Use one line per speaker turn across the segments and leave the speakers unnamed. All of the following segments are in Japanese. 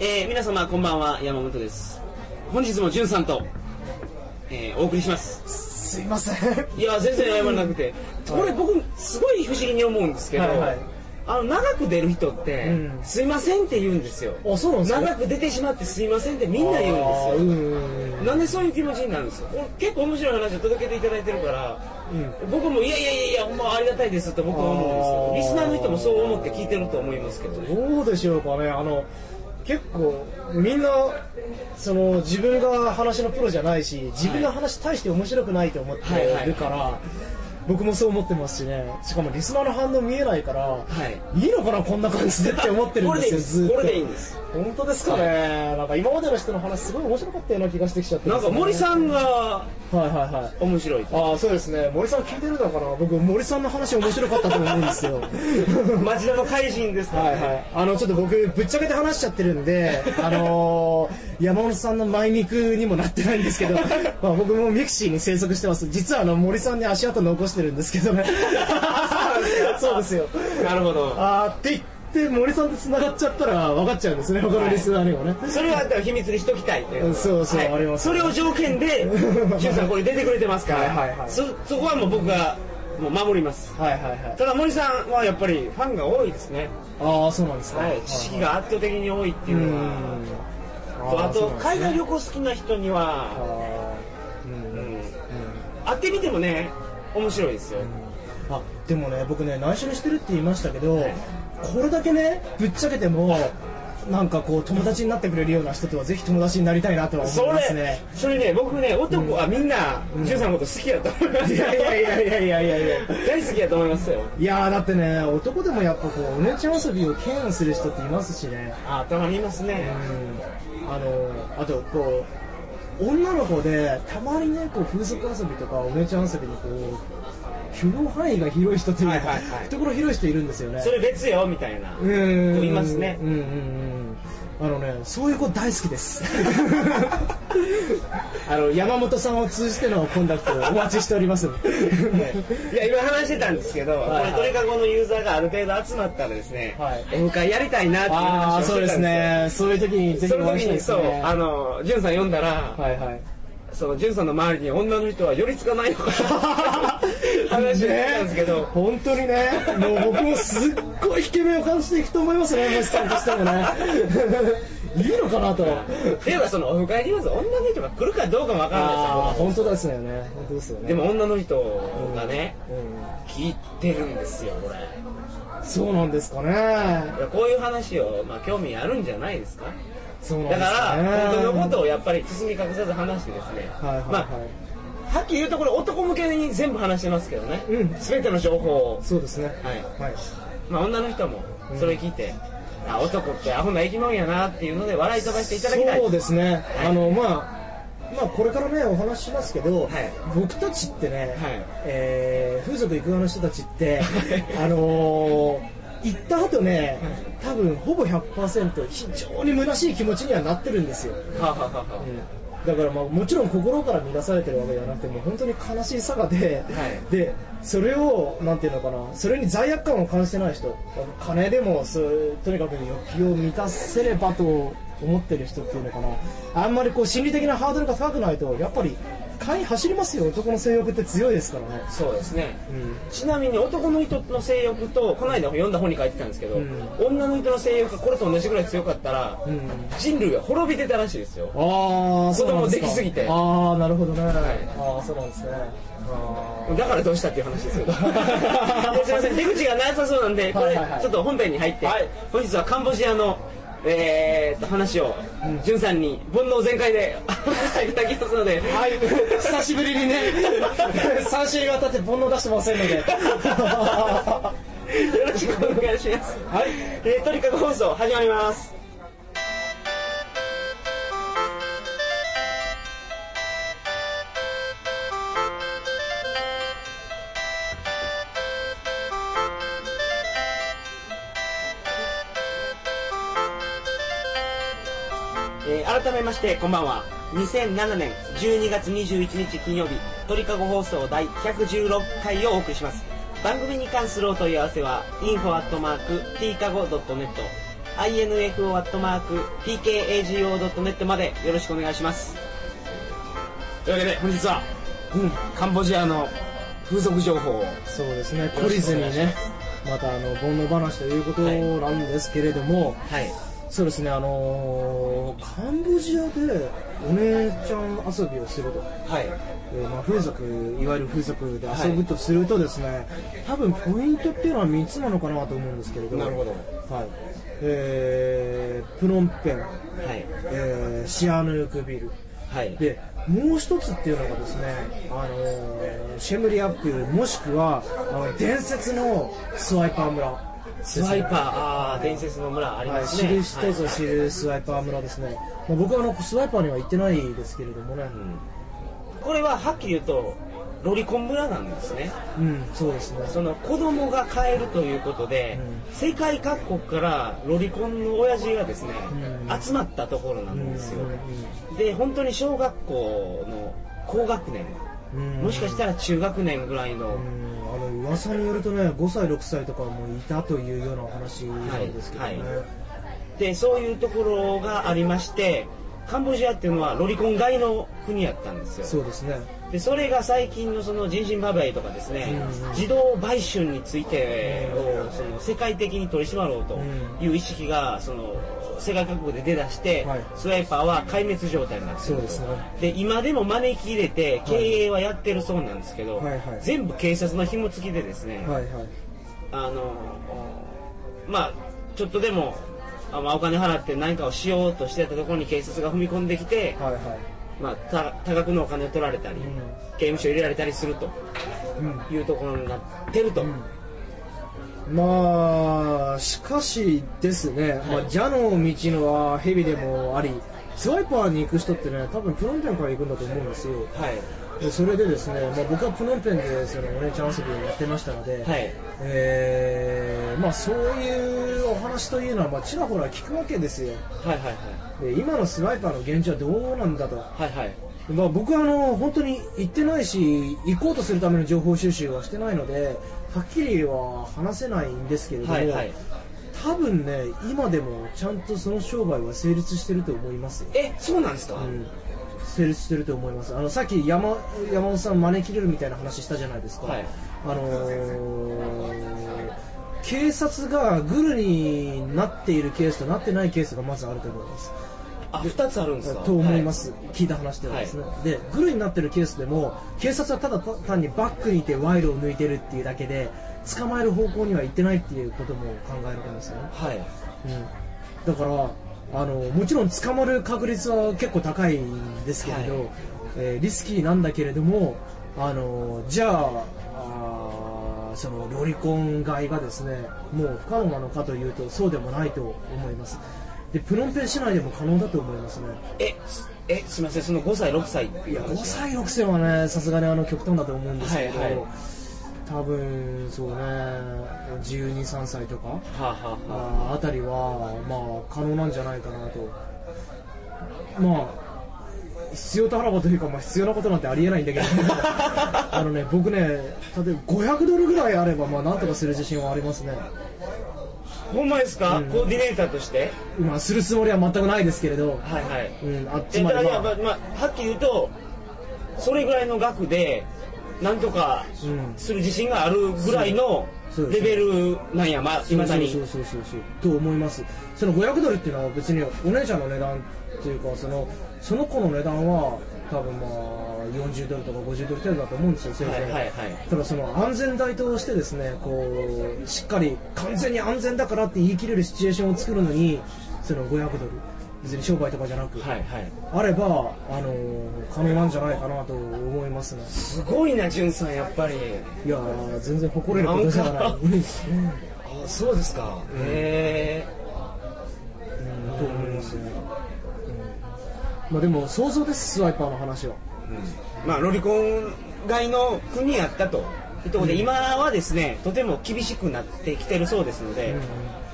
えー皆様こんばんは山本です本日もじゅんさんと、えーお送りします
すいません
いや全然謝らなくてこれ僕すごい不思議に思うんですけど、
はいはい
あの長く出る人って、
うん
すいませんって言うんですよ
あそうなんですか
長く出てしまってすいませんってみんな言うんですよ
うんうんうん
なんでそういう気持ちになるんですかこれ結構面白い話を届けていただいてるから、
うん
僕もいやいやいやいやほんまありがたいですって僕は思うんですよリス
あー
ナーの人もそう思って聞いてると思いますけどね
どうでしょうかねあの結構みんなその自分が話のプロじゃないし自分の話大して面白くないと思ってるから、僕もそう思ってますしねしかもリスナーの反応見えないから、い、いのかなこんな感じでって思ってるんですよ
これでいい
ずっ
んです
と本当ですかね、なんか今までの人の話すごい面白かったような気がしてきちゃって
なんか森さ
ん
んが
はいはいはい
面白い と
ああそうですね森さん聞いてるのかな僕森さんの話面白かったと思うんです よ
町田の怪人ですから
はい
ね
はい、あのちょっと僕、ぶっちゃけて話しちゃってるんで、あのー山本さんの前肉にもなってないん ですけど、まあ、僕もミクシーに生息してます、実はあの森さんに足跡残してるんですけ どね、そうですよ。
なるほど
あーって言って、森さんと繋がっちゃったら分かっちゃうんですね、他のリスナーにもね。
それはだから秘密にしときたいという
そうそう
はい
あります
それを条 件でジュンさんこれ出てくれてますから
はいはいはい
そそこはもう僕がもう守ります
はいはいはい。
ただ森さんはやっぱりファンが多いですね
ああ、そうなんですか。
はい、知識が圧倒的に多いって
う
い
ー
うんのはとあ
ーそ
と
うなんですね
海外旅行好きな人に
あ
は、
ー
う
うん
ん、
うん
会ってみてもね面白いですよ、
あでもね僕ね内緒にしてるって言いましたけど、これだけねぶっちゃけてもなんかこう友達になってくれるような人とはぜひ友達になりたいなとは
そ
思います
れ
ね
それね僕ね男はみんなジュンさんのこと好きやと思います
いやいやいやいやいやいやいや
大好きやと思いますよ
いやーだってね男でもやっぱこうお姉ちゃん遊びを嫌悪する人っていますしね
あたまにいますね
うんあのあとこう女の子でたまにねこう風俗遊びとかお姉ちゃん遊びにこう許容範囲が広い人という
は
か、
いはいはい
懐広い人いるんですよね
それ別よみたいな
うーん
いますね
うんうんうんあのねそういう子大好きです あの山本さんを通じてのコンタクトをお待ちしております
いや今話してたんですけど、
はいはい
これトリカゴのユーザーがある程度集まったらですね、
はい
オフ会やりたいなっていう
あ
話をし
あ
てた
そ
ん
う
で
です
よ
すねそういう時にぜひ
そ
お
の
会い
時
したい
に
です
そ
ね
うあのジュンさん読んだら、
はいはい
そのジュンさんの周りに女の人は寄りつかないのかな って話をしてたんですけど、
ね本当にねもう僕もすっごい引け目を感じていくと思いますね星さんとしても ねいいのかなと
っていうかそのオフ会にまず女の人が来るかどうかもわからないですよ
ああ本当ですよね本当ですよね
でも女の人がね、
う
聞いてるんですよこれい
んそうなんですかね
やこういう話を、まあ、興味あるんじゃないですか
そうなんで
だ
す
から
ね
本当のことをやっぱり包み隠さず話してですね、
はいはいはい、
まあ、はっきり言うとこれ男向けに全部話してますけどね、
うん
全ての情報を、
そうですね
はい
はい
まあ、女の人もそれ聞いて、あ男ってアホな生き物やなっていうので笑い飛ばしていただきたい
そうですね、
い
あのまあまあこれからねお話ししますけど、
はい
僕たちってね、
はい
えー風俗行く側の人たちって
は
あのー行った後ね多分ほぼ100%非常に虚しい気持ちにはなってるんですよ、
はあはあはあはあ
だからまあもちろん心から乱されてるわけじゃなくてもう本当に悲しいさがで、
はい
でそれをなんていうのかなそれに罪悪感を感じてない人金でもそうとにかく欲求を満たせればと思ってる人っていうのかなあんまりこう心理的なハードルが高くないとやっぱり買い走りますよ男の性欲って強いですからね
そうですね
うん
ちなみに男の人の性欲とこの間読んだ本に書いてたんですけど、
うん
女の人の性欲がこれと同じぐらい強かったら、
うん
人類が滅びてたらしいですよ
ああそうなんで
子供で
すか
きすぎて
ああなるほどね、
い
ああそうなんですねあー
だからどうしたっていう話 ですけどいやすいません出口がなさそうなんでこ
はい
れ
はいはい
ちょっと本編に入って、
はい
本日はカンボジアのえーっと話を、
うん
じゅんさんに煩悩全開でいただきますので、
はい、久しぶり にね、3週にわたって煩悩出してませんので、
よろしくお願いします。
はい
えー、トリカゴ放送始まります。えー改めましてこんばんは2007年12月21日金曜日鳥かご放送第116回をお送りします番組に関するお問い合わせは info t k a g o n e t info.pkago.net までよろしくお願いしますというわけで本日は
うん
カンボジアの風俗情報を
そうですね懲りずにねまたあの煩悩話ということなんですけれども、
はい
そうですねあのーカンボジアでお姉ちゃん遊びをすると、
はい
えーまあ、風俗いわゆる風俗で遊ぶとするとですね、多分ポイントっていうのは3つなのかなと思うんですけれど
なるほど
はいえー、プノンペン、
はい
えーシアヌークビル
はい
でもう一つっていうのがですね、あのーシェムリアップもしくはあの伝説のスワイパー村
スワイパーああ伝説の村あり
は
ま
い、
す
知
ね
る人ぞ知るスワイパー村ですね、まあ、僕はあのスワイパーには行ってないですけれどもね、
これははっきり言うとロリコン村なんですね
うん、そうですね、
その子供が買えるということで、
う
世界各国からロリコンの親父がですね、
うん
集まったところなんですよ、
うん
で本当に小学校の高学年、
うん
もしかしたら中学年ぐらいの、
うん、あの噂によるとね、5歳、6歳とかもいたというようなお話なんですけどね、
はいはでそういうところがありましてカンボジアっていうのはロリコン外の国やったんですよ
そうですね、
でそれが最近のその人身売買とかですね、
うん
児童売春についてをその世界的に取り締まろうという意識がその世界各国で出だして、
はい
スワイパーは壊滅状態になっている
そうですね
で今でも招き入れて経営はやってるそうなんですけど、
はいはい
全部警察の紐付きでですね、
はいはい、
あのまあちょっとでもあまあお金払って何かをしようとしてたところに警察が踏み込んできて、
はいはい、
まあ、た多額のお金を取られたり、
ん
刑務所入れられたりすると
うん
いうところになってると、
まあしかしですね、まあ、蛇の道のは蛇でもありスワイパーに行く人ってね多分プノンペンから行くんだと思うんですよ
はい
でそれでですね、まあ、僕はプノンペンでそのお姉ちゃん遊びをやってましたので、
はい
えーまあ、そういうお話というのは、まあ、ちらほら聞くわけですよ
はいはい
で今のスワイパーの現状はどうなんだと、
はいはいはい
まあ、僕はあの本当に行ってないし行こうとするための情報収集はしてないのではっきりは話せないんですけれども、
はいはい
多分ね今でもちゃんとその商売は成立してると思いますよ、
えそうなんですか、
うん、成立してると思いますあのさっき山山本さん招き入れるみたいな話したじゃないですか、
はい
あのー警察がグルになっているケースとなってないケースがまずあると思います
あ二つあるんですか
と思います、聞いた話ではですね、でグルになってるケースでも警察はただ単にバックにいて賄賂を抜いてるっていうだけで捕まえる方向には行ってないっていうことも考えられますよね、
はい、はい
うん、だからあのもちろん捕まる確率は結構高いんですけれど、
はい
えーリスキーなんだけれどもあのじゃああーそのロリコン買いがですねもう不可能なのかというとそうでもないと思いますでプノンペン市内でも可能だと思いますね
えすえすみませんその5歳6歳って
い
い
や
う話
5歳6歳はねさすがにあの極端だと思うんですけど、
はいはい
多分そうね1 2 3歳とか
はあ、はあは
あーあたりはまあ可能なんじゃないかなとまあ必要とあらばというか、まあ、必要なことなんてありえない んだけどあのね僕ね例えば500ドルぐらいあればまあなんとかする自信はありますね
あ、ほんまですか、コーディネーターとして
まあするつもりは全くないですけれど、
はいはい
うん、あっ
え
ち
だ
ま
から
で
いや
ま
まあ
あ
まあはっきり言うとそれぐらいの額でなんとか
うん
する自信があるぐらいの
そうです
レベルなんやまいまだに
そうそうそうそうそうと思いますその500ドルっていうのは別にお姉ちゃんの値段っていうかそのその子の値段は多分まあ40ドルとか50ドル程度だと思うんですよせいぜ
はいいはいはい
ただその安全帯としてですねこうしっかり完全に安全だからって言い切れるシチュエーションを作るのにその500ドル別に商売とかじゃなく、
はいはい
あれば、あの可能なんじゃないかなと思いますね
すごいな、じゅんさん、やっぱり。
いやー全然誇れることじゃない
なんか
うん
あ、そうですか。へ
と思いますね、うんまあ、でも想像ですスワイパーの話は
え。まあ、ロリコン外の国やったと。いうところで、今はですね、とても厳しくなってきてるそうですので。
うん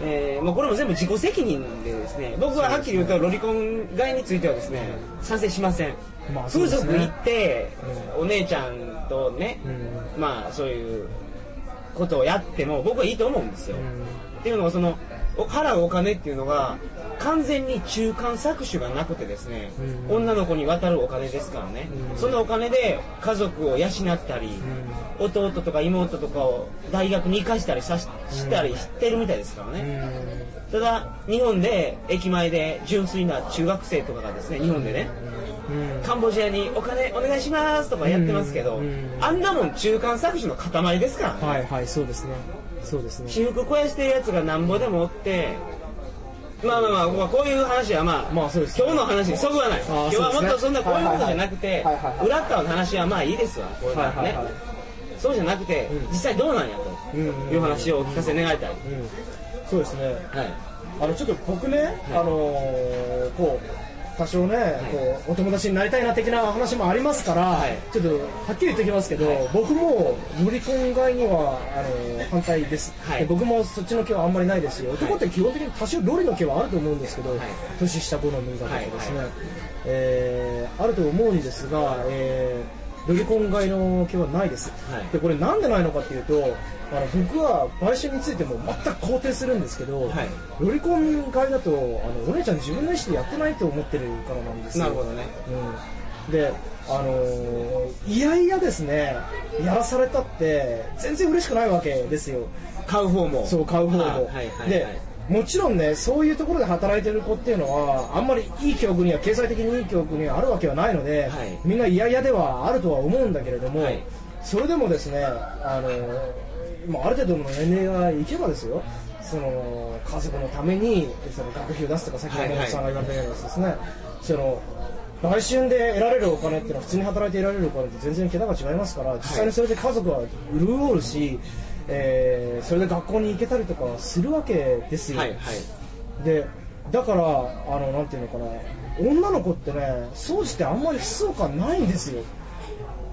えーまあ、これも全部自己責任でですね僕ははっきり言うとロリコン外についてはですね賛成しません、
まあそう
風
ですね
俗行って、
う
お姉ちゃんとね、
う
まあそういうことをやっても僕はいいと思うんですよ、
ん
っていうのはそのお払うお金っていうのが完全に中間搾取がなくてですね、
うん
女の子に渡るお金ですからね、
うん
そのお金で家族を養ったり、弟とか妹とかを大学に行かしたりさししたりしてるみたいですから
う
ね、
ん
ただ日本で駅前で純粋な中学生とかがですね日本でね、
うん
カンボジアにお金お願いしますとかやってますけど、
うんうん
あんなもん中間搾取の塊ですからね、
はいはいそうですねそうですね
私服肥やしてるやつがなんぼでもおってまあまあまあ、まあ、こういう話はまあ、
まあそうです
今日の話にそぐわない
あー
今日はもっとそんなこ
そう
いう
うですね
ことじゃなくて
はいはいはいはい
裏側の話はまあいいですわこういうのはね、
はいはいはい
そうじゃなくて、
うん
実際どうなんやという話をお聞かせ願いたい、
うんそうですね
はい
あのちょっと僕ね、あのーこう多少ね、こうお友達になりたいな的な話もありますから、
はい
ちょっとはっきり言っておきますけど、
はい
僕もロリコン買いにはあのー反対です、
はい
で僕もそっちの気はあんまりないですし男って基本的に多少ロリの気はあると思うんですけど、
はい
年下好みだとかですね、
はいは
えーあると思うんですが、えーロリコン買いの気はないです、
はい
でこれなんでないのかっていうとあの僕は買収についても全く肯定するんですけど、
はい
ロリコン会だとあのお姉ちゃん自分の意思でやってないと思ってるからなんですよ
なるほどね、
うん、であのーいやいやですねやらされたって全然嬉しくないわけですよ
買う方も
そう買う方も、
あはいはいはい
でもちろんねそういうところで働いてる子っていうのはあんまりいい記憶には経済的にいい記憶にはあるわけはないので、
はい
みんな嫌々ではあるとは思うんだけれども、
はい
それでもですねあのまあある程度の年齢がいけばですよその家族のためにその学費を出すとか先ほど
はい
の
はい
さんが言われたようなやつですね、その売春で得られるお金っていうのは普通に働いて得られるお金って全然桁が違いますから実際にそれで家族は潤うし、えーそれで学校に行けたりとかするわけですよ、
はいはい
でだからあのなんていうのかな女の子ってね掃除ってあんまり悲壮感ないんですよ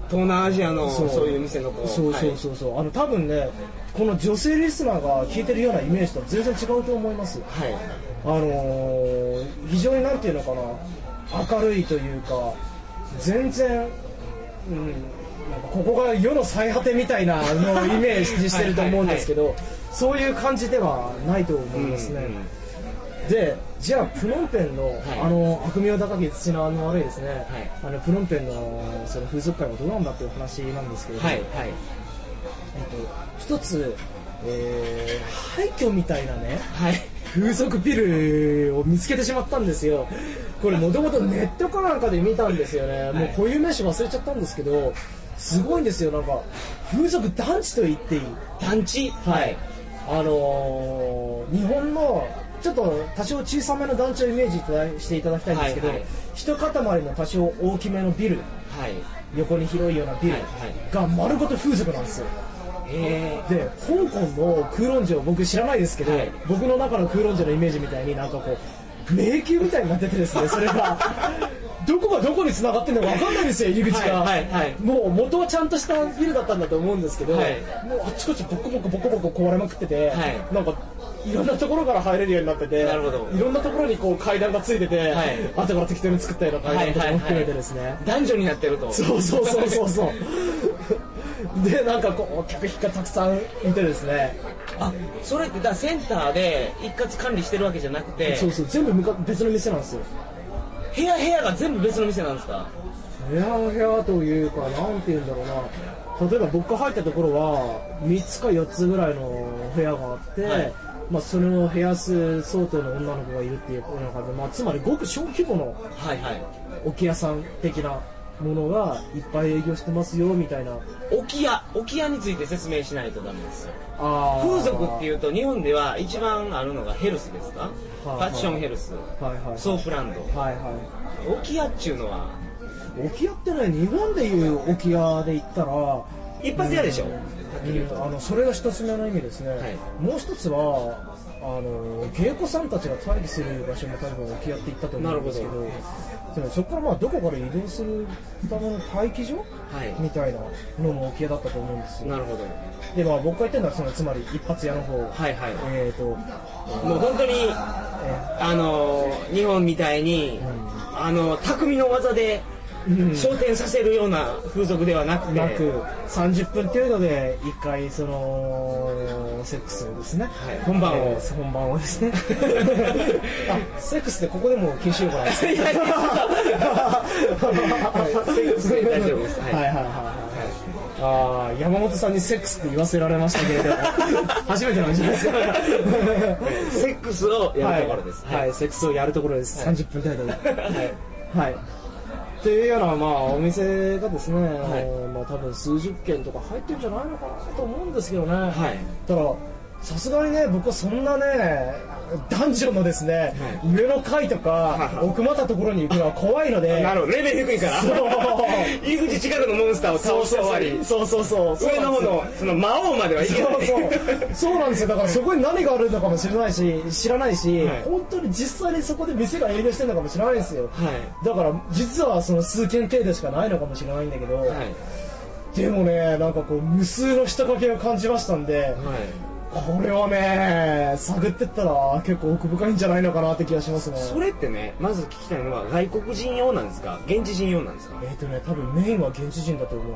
東南アジアのそういう店の子
そうそうそうそう、あの多分ねこの女性リスナーが聞いてるようなイメージとは全然違うと思います
はい、はい
あのー非常になんていうのかな明るいというか全然、うん、なんかここが世の最果てみたいなのをイメージしてると思うんですけどそういう感じではないと思いますね、
うんうん
でじゃあプノンペンの、あの悪名高き土のあの悪いですね、あのプノンペンのその風俗界はどうなんだっていう話なんですけれども、
はいはい
えっと、一つ、えー廃墟みたいなね
はい
風俗ビルを見つけてしまったんですよこれもともとネットかなんかで見たんですよね、もう固有名詞忘れちゃったんですけどすごいんですよなんか風俗団地と言っていい
団地
はい、あのー日本のちょっと多少小さめの団地をイメージいただしていただきたいんですけど、
はいはい
一塊の多少大きめのビル
はい
横に広いようなビル
はい
が丸ごと風俗なんですよ
えー
で香港の空論城僕知らないですけど、
はい
僕の中の空論城のイメージみたいになんかこう迷宮みたいになっててです ねそれがどこがどこに繋がってるのか分かんないんですよ入り口が、
はいはいはい
もう元はちゃんとしたビルだったんだと思うんですけど、
はい
もうあっちこっちボコボコボコボコ壊れまくってて、
はい
なんかいろんなところから入れるようになってて
なるほど
いろんなところにこう階段がついてて、
はい
後から適当に作ったような階段とかも含めてですね、
男女になってると
そうそうそうそうそう。 で、なんかこう、客引きがたくさんいてですね。
あそれってだからセンターで一括管理してるわけじゃなくて
そうそう、全部向か別の店なんですよ。
部屋部屋が全部別の店なんですか
部屋部屋というか、なんて言うんだろうな。例えば僕が入ったところは、3つか4つぐらいの部屋があって、
はい
まあ、その部屋数相当の女の子がいるっていうような感じで、まあ、つまりごく小規模の
はいはい
置屋さん的なものがいっぱい営業してますよ、みたいな。
置屋置屋について説明しないとダメですよ
あ。
風俗っていううと日本では一番あるのがヘルスですかフ
はい
ァッションヘルス
はいはい。
ソープランド
はいはい。
置屋っちゅうのは
沖屋ってね日本でいう沖屋で言ったらは
一発屋でしょはっきり言うと
あのそれが一つ目の意味ですね、
はい
もう一つはあの芸妓さんたちが待機する場所も確か沖屋って言ったと思うんですけど
なる
でもそこからまあどこから移動するための待機所
は
みたいなのも沖屋だったと思うんです
い
よ
なるほど
でまあ僕が言ってるのはそのつまり一発屋の方、
はいはい
えっ、と、
もう本当に
え
あの日本みたいに
ん
あの匠の技で
うん
昇天させるような風俗ではなくて
なく30分程度で一回そのセックスをですね、
はい本番を
えー本番をです ねあセックスってここでも禁止用語なんですね
い やいや
はい
セックスで大丈夫ですは
はいいはいはいはい、あー山本さんにセックスって言わせられました けれども初めてなんじゃないですか
セックスをやるところです、
はい、はいセックスをやるところです、
はい
30分程度ではいっていうような、まあ、お店がですね、
い
えーまあ、多分数十軒とか入ってるんじゃないのかなと思うんですけどね、
はい
たださすがにね僕はそんなね男女のですね、上の階とか
はい
奥まったところに行くのは怖いので
なるほどレベル低いから
そう
入り口近くのモンスターを
そ
倒
う
して
そう
終わり
そうそうそうそう
上の方のその魔王まではいけ
そう そ
な
うそうなんですよだからそこに何があるのかも知らないし知らないし、
はい
本当に実際にそこで店が営業してるのかも知らないんですよ、
はい
だから実はその数件程度しかないのかもしれないんだけど、
いはい
でもねなんかこう無数の人影を感じましたんで、
はい
これはね探ってったら結構奥深いんじゃないのかなって気がしますね
それってねまず聞きたいのは外国人用なんですか現地人用なんですか
えっ、とね多分メインは現地人だと思う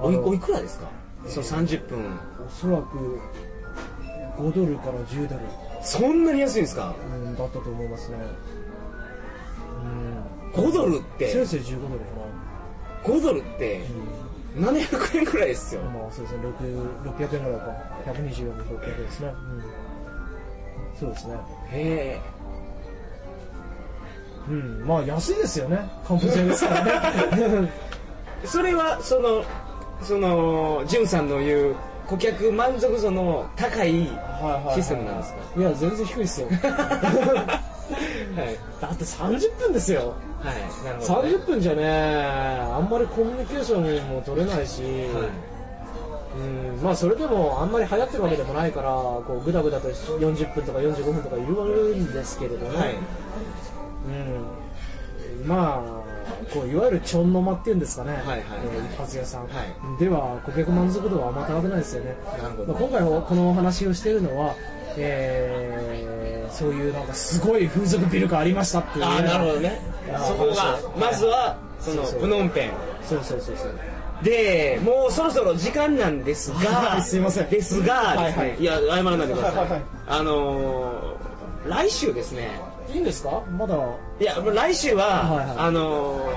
おい
あの
おいくらですかそう30分
おそらく5ドルから10ドル、
そんなに安いんですか
うん、だったと思いますねうん
5ドルって
せいぜい15ド
5
ルか
ドルって700円くらいですよ
な、まあそうですね6 600円ぐらいか120円と600円ですね、うん、そうですね
へ
うんまあ安いですよねカンボジアですからね
えそれはそのそのジュンさんの言う顧客満足度の高い
はいはいはい
システムなんですか
いや全然低いですよ
はい
だって30分ですよ
はいなるほどね、
30分じゃねあんまりコミュニケーションも取れないし、うんまあそれでもあんまり流行ってるわけでもないからこうグダグダと40分とか45分とか言われるんですけれど
は
ね、
い、はい
うん、まあこういわゆるちょんの間っていうんですかね、
はい
えー一発屋さん、
はい
では顧客満足度はあんま高くないですよね
なるほど
まあ今回はこのお話をしているのは、えーそういうなんかすごい風俗ビルがありましたっていう、
ああなるほどね
いや
そこが
話を
まずはその
そうそう
プノンペン
そうそうそうそう
でもうそろそろ時間なんです
は
が
い すいません
ですが
はい
です
はい
ねいや謝らないでくだ
はいはい
さ
はいい
あのー来週ですね
いいんですかまだ
いやもう来週
はいは
はいあのー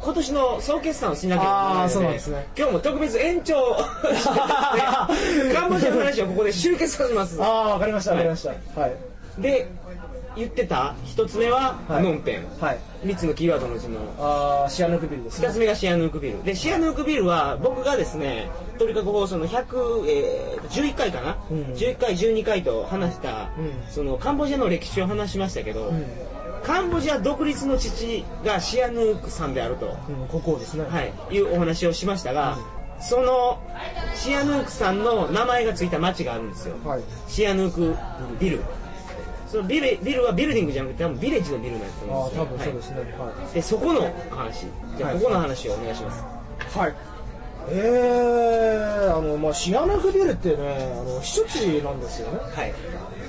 今年の総決算をしなきゃいけないの
あーそうなんですね
今日も特別延長 してカンボジアの話をここで集結させます
ああわかりましたわかりましたはい
で言ってた一つ目は
はい
ノンペン
はい
三つのキーワードのうちの
ああシアヌクビルです
2
ね
つ目がシアヌークビルでシアヌークビルは僕がですね鳥かご放送の111、えー11回かな、
うん
11回12回と話した、
うん
そのカンボジアの歴史を話しましたけど、
うん
カンボジア独立の父がシアヌークさんであると、
うんここですね
はい、いうお話をしましたが、そのシアヌークさんの名前がついた町があるんですよ、
はい
シアヌークビルそのビルビルはビルディングじゃなくて多分ビレッジのビルなんだと
ああ
思うんですよ
多分そう
はい
ですねはい
でそこの話じゃあ
はい
ここの話をお願いします、
はい。えー、あの、まあ、シアヌークビルってね、あの、避暑地なんですよね。
はい、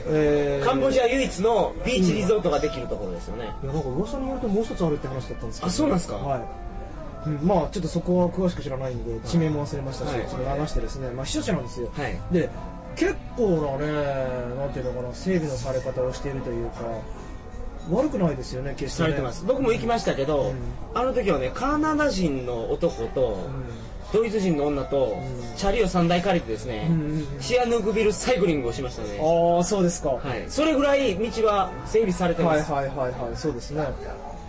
えー、
カンボジア唯一のビーチリゾートができるところですよね、
いや、なんか噂によるともう一つあるって話だったんですけど、
あそうなんですか
はい。うんまあ、ちょっとそこは詳しく知らないんで、地名も忘れましたし、
はい
ちょっと流してですね、まあ、避暑地なんですよ。
はい
で、結構なね、なんていうのかな、整備のされ方をしているというか、悪くないですよね、決して、
さ
ね。
れてます僕も行きましたけど、
うん
あの時はねカナダ人の男と、
う
ドイツ人の女と、
うん
チャリを3台借りてですね、
うんうんうん
シアヌークビルサイクリングをしましたね、
ん。ああ、そうですか。は
はい、それぐらい道は整備されてま
はい
す、
はいはいはいそうですね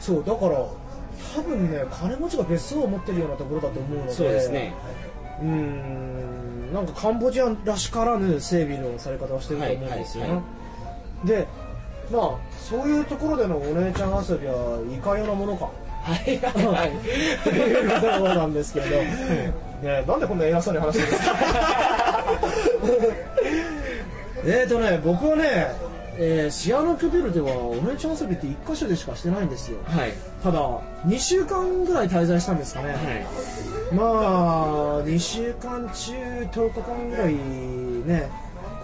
そうだから多分ね金持ちが別荘を持ってるようなところだと思うので
そうですね、
うーんなんかカンボジアらしからぬ整備のされ方をしてると思うんですよね、
はいは
でまあそういうところでのお姉ちゃん遊びはいかようなものか
はいはいは
ということ
い
なんですけど、ね、なんでこんな偉そうに話してるんですか えーとね僕はね、えーシアノクビルではお姉ちゃん遊びって1箇所でしかしてないんですよ
はい
ただ2週間ぐらい滞在したんですかね、
はい
まあ2週間中10日間ぐらいね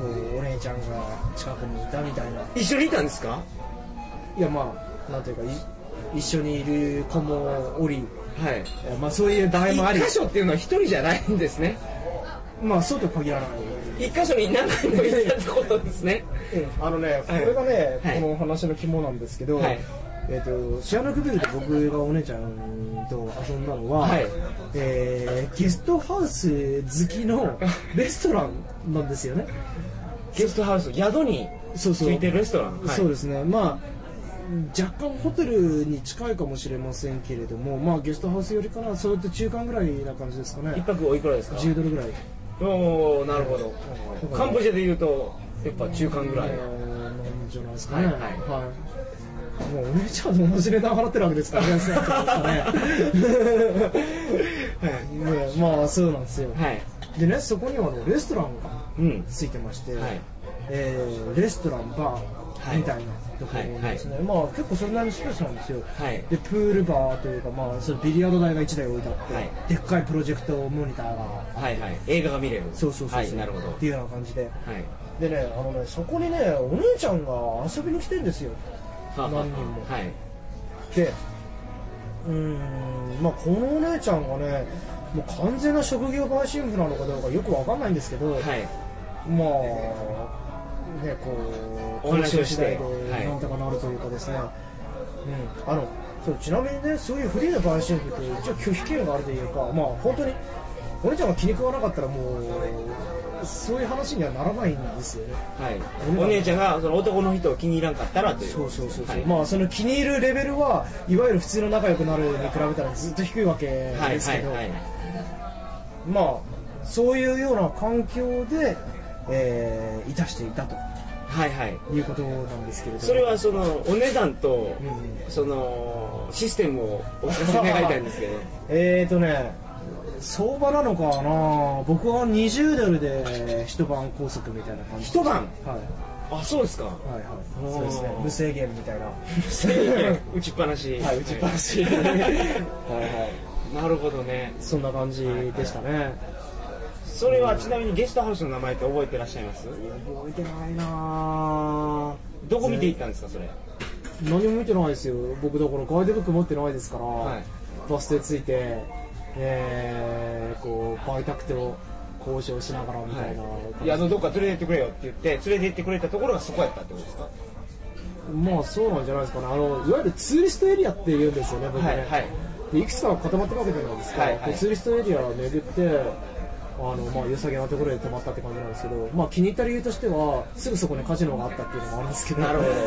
こうお姉ちゃんが近くにいたみたいな
一緒にいたんですか
いやまあなんていうかい一緒にいる子もおり
はい
まあ、そういう場合もあり
一箇所っていうのは一人じゃないんですね
まあそうとは限らない、
一箇所に何回も行ったってことですね
あのねこ
はい
れがね、
はい
このお話の肝なんですけど、
はい
えー、とシアヌークビルで僕がお姉ちゃんと遊んだのは、
はい
えーゲストハウス好きのレストランなんですよね
ゲストハウス宿に
そうそう
ついてるレストラン、はい
そうですね、まあ、若干ホテルに近いかもしれませんけれども、まあ、ゲストハウスよりかな、そうやって中間ぐらいな感じですか
一
ね、
泊おいくらですか
10ドルぐらい、
おおなるほど
うん
カンボジアでいうとやっぱ中間ぐらい、
えーなんじゃないですかね、
はいはい
はいもうお姉ちゃんの同じ値段払ってるわけですからね、ねまあそうなんですよ、
はい
でね、そこにはあのレストランが
うん
ついてまして、
はい
えーレストラン、バ
は
ー
い
みたいなところなんですね、まあ、結構それなりのスペースなんですよ。
はい
でプールバーというか、まあ、そのビリヤード台が1台置いてあって、
はい
でっかいプロジェクトモニターが
はいはい映画が見れる
そうそうそうそう、
はいなるほど
っていうような感じで
はい
でねあのねそこにねお姉ちゃんが遊びに来てんですよ
はあはあ
何人も
はい
でうーんまあこのお姉ちゃんがねもう完全な職業売春婦なのかどうかよくわかんないんですけど、
はい
まあねこう
お話をして
交渉次第でなんとかなるというかですね、うんあのそうちなみにねそういうフリーの売春婦って一応拒否権があるというかまあ本当にお姉ちゃんが気に食わなかったらもうそういう話にはならないんですよね
はいお姉ちゃんがその男の人を気に入らんかったらという
そうそうそうそう、
はい
まあその気に入るレベルはいわゆる普通の仲良くなるに比べたらずっと低いわけ
はい
です
は
け
い
ど、
はい
まあそういうような環境で、えーいたしていたと
はいはい
いうことなんですけれども
それはそのお値段と
うん
そのシステムをお聞かせ願いたいん ですけど
えーとね相場なのかな僕は20ドルで一晩拘束みたいな感じ
一晩
はい
あそうですか
はいはい
おー
そうですね無制限みたいなは
打ちっぱなし
い打ちっぱなし
は
はいい
は
はい
なるほどね
い そんな感じでしたね、
それはちなみにゲストハウスの名前って覚えてらっしゃいます
覚えてないなぁ
どこ見ていったんですかそれ
何も見てないですよ僕だからガイドブック持ってないですから、
はい
バス停着いてえー、こう売却と交渉しながらみたいな感じで、
いやあのどっか連れて行ってくれよって言って連れて行ってくれたところがそこやったってことですか
まあそうなんじゃないですかねあのいわゆるツーリストエリアって言うんですよね僕ね、
はいはい
でいくつか固まってるわけじゃないですか、
はいはい
でツーリストエリアを巡ってあのまあ良さげなところで泊まったって感じなんですけど、まあ、気に入った理由としてはすぐそこにカジノがあったっていうのもあるんですけど
なるほど、
はい、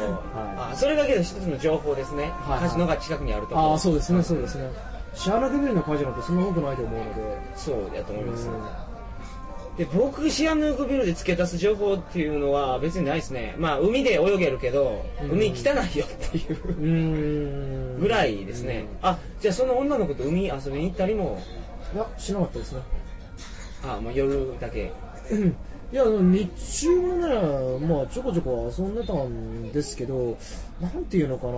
あそれだけで一つの情報ですね、
はい
カジノが近くにあると
ああ
こ
そうですねそうですねシアナグビルのカジノってそんな多くないと思うので
そうやと思います、
うん
で僕シアヌークビルで付け足す情報っていうのは別にないですねまあ海で泳げるけど、
うん
海汚いよっていう
うーん
ぐらいですね、あじゃあその女の子と海遊びに行ったりも
いやしなかったですね
あもう夜だ け
うんいや、日中もね、まあ、ちょこちょこ遊んでたんですけど、なんていうのかな、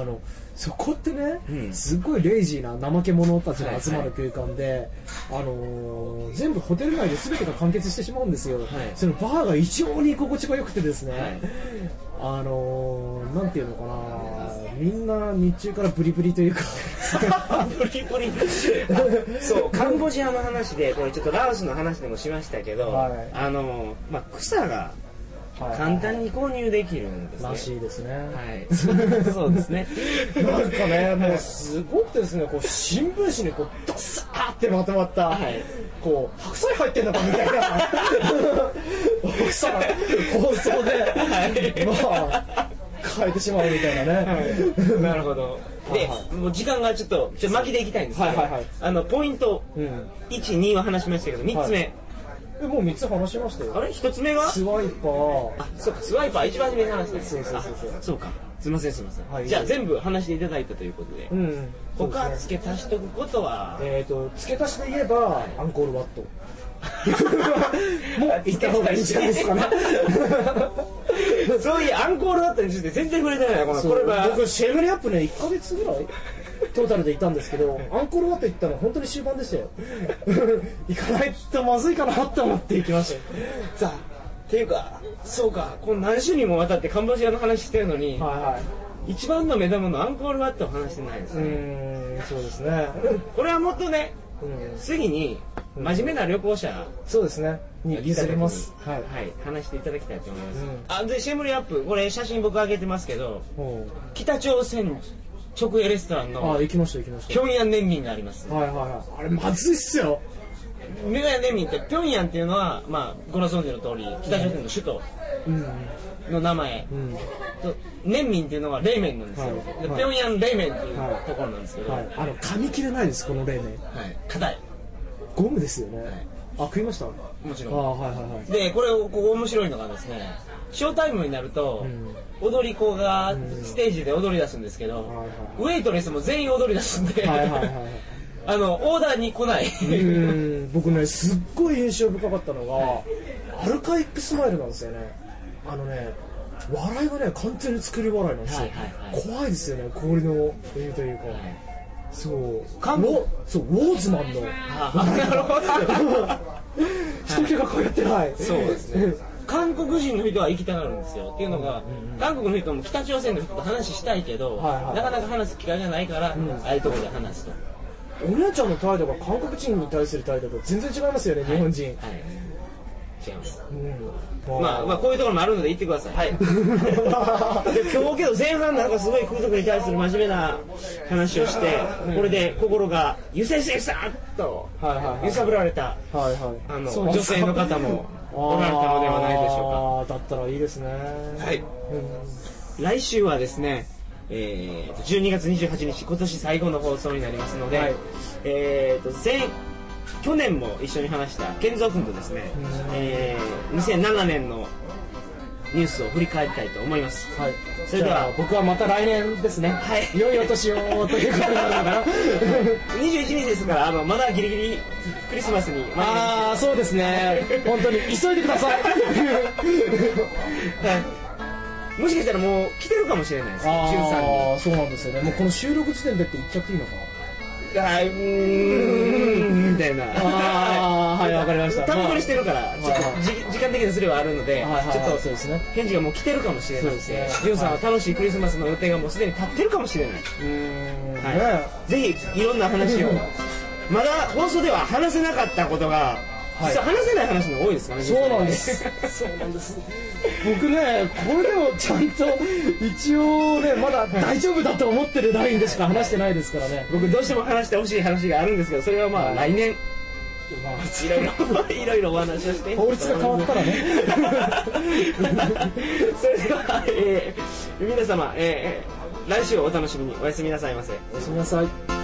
あの、そこってね、
うん
すっごいレイジーな怠け者たちが集まる空間で、あのー全部ホテル内で全てが完結してしまうんですよ。そのバーが異常に居心地が良くてですね、
はい
あのーなんていうのかな、みんな日中からブリブリというか、
プリ プリあそうカンボジアの話でこれちょっとラオスの話でもしましたけど、
はい
あの、まあ、草が
は い
簡単に購入できるんですね
らしいですね。
はいそうそうです ね
なんかね、もうすごくてですね、こう新聞紙にこうドサーってまとまった、
はい
こう白菜入ってんのかみたいな、白菜放送で、まあ、変えてしまうみたい なね。
なるほどで、
はいは
もう時間がちょっとちょっと巻きでいきたいんですけど、
はいはいはい
あのポイント
うん
12は話しましたけど3つ目、
はいえもう3つ話しました
あ
よ。
れ1つ目が
スワイパー、
あそうかスワイパー一番初めに話したんです
そうそうそうそう
あそうかすいませんすいません、
はい
じゃあ全部話していただいたということで、
うん、そう
他
ですね
付け足しとくことは
えっ、と、付け足しで言えば、アンコールワット。もう行った方がいいんじゃないですかね。
そういうアンコールだったについて全然触れてないなこのこ
そう
れが
僕シェムリアップね1ヶ月ぐらいトータルで行ったんですけどアンコールワット行ったの本当に終盤でしたよ 行かないとまずいかなと思って行きましたよ
さっていうかそうかこの何週にもわたってカンボジアの話してるのに、
はいはい
一番の目玉のアンコールワットを話してないです
う
ね、
ーんそうですね、
これはもっとね
うん、
次に
うん
真面目な旅行者
そうですねに
が来た時
譲り
に
ますは
はいい、話していただきたいと思います、
うん
あでシェムリアップこれ写真僕上げてますけど
ほう
北朝鮮直営レストラン
あ
の
行きました行きまし
平壌年民があります
たはいはいはいあれまずいっすよ
平壌年民って平壌っていうのはまあご存知の通り北朝鮮の首都
うん
の名前
うん
と年民っていうのは冷麺なんですよ、
はい
で
はい
平壌冷麺っていう
はい
ところなんですけど、
は
はいい
あの噛み切れないですこの冷麺
硬い
ゴムですよね、
い
あ食いましたあ
もち
ー
ろん
はいはいはい
でこれここ面白いのがですねショータイムになると、踊り子が
ん
ステージで踊り出すんですけど、
はい
ウェイトレスも全員踊り出すんで、
はいはいはいはい
あのオーダーに来ない、
うーん僕ねすっごい印象深かったのが、アルカイックスマイルなんですよねあのね笑いがね完全に作り笑いなんですよ、
はいはいはい
怖いですよね氷の理由というか、そう
韓国
ウォそうウォーズマンの
ああなるほど
人気がこうやってない
そうですね 韓国人の人は行きたがるんですよっていうのが、韓国の人も北朝鮮の人と話したいけど、
はいはい
なかなか話す機会がないから、ああいうところで話すと、
お姉ちゃんの態度が韓国人に対する態度と全然違いますよね日本人、
はい、違います
うん
まあ、まあこういうところもあるので行ってください。はい。 で今日けど前半なんかすごい空賊に対する真面目な話をして、これで心がゆせゆせゆさっと
はいはいはい
揺さぶられた
はいはい
あの
そうなん
女
ですか
性の方もおられたのではないでしょ
あーだったらいいですね
うか。はい。
う
来週はですね、えーと12月28日今年最後の放送になりますので、
はい
えーと前去年も一緒に話した健三君とですね
ん、
えー2007年のニュースを振り返りたいと思います。
んはい
それでは
じゃあ僕はまた来年ですね
はい
良いお年をということなの かな
21日ですからあのまだギリギリクリスマスに間に合い
ああそうですね本当に急いでください
ますもしかしたらもう来てるかもしれないです
あ
13
あそうなんですよねもうこの収録時点でって言っちゃっていいのか
にはいうーんみたいな
あーはいわかりました
タバコにしてるから、ちょっと
はい
じ時間的なズレはあるので、
なはいはいはい
ちょっと
そうですね
返事がもう来てるかもしれないの
そうで
です
ね
ジュンさんは楽しいクリスマスの予定がもうすでに立ってるかもしれないう
ーん
はい
ね
ぜひいろんな話をまだ放送では話せなかったことが、
はい
実は話せない話の方が多いですからね
そうなんですそうなんです 僕ねこれでもちゃんと一応ねまだ大丈夫だと思ってるラインでしか話してないですからね
僕どうしても話してほしい話があるんですけどそれはまあ来年いろいろ いろいろお話をして
法律が変わったらね
それでは、えー皆様、えー来週をお楽しみにおやすみなさいませ
おやすみなさい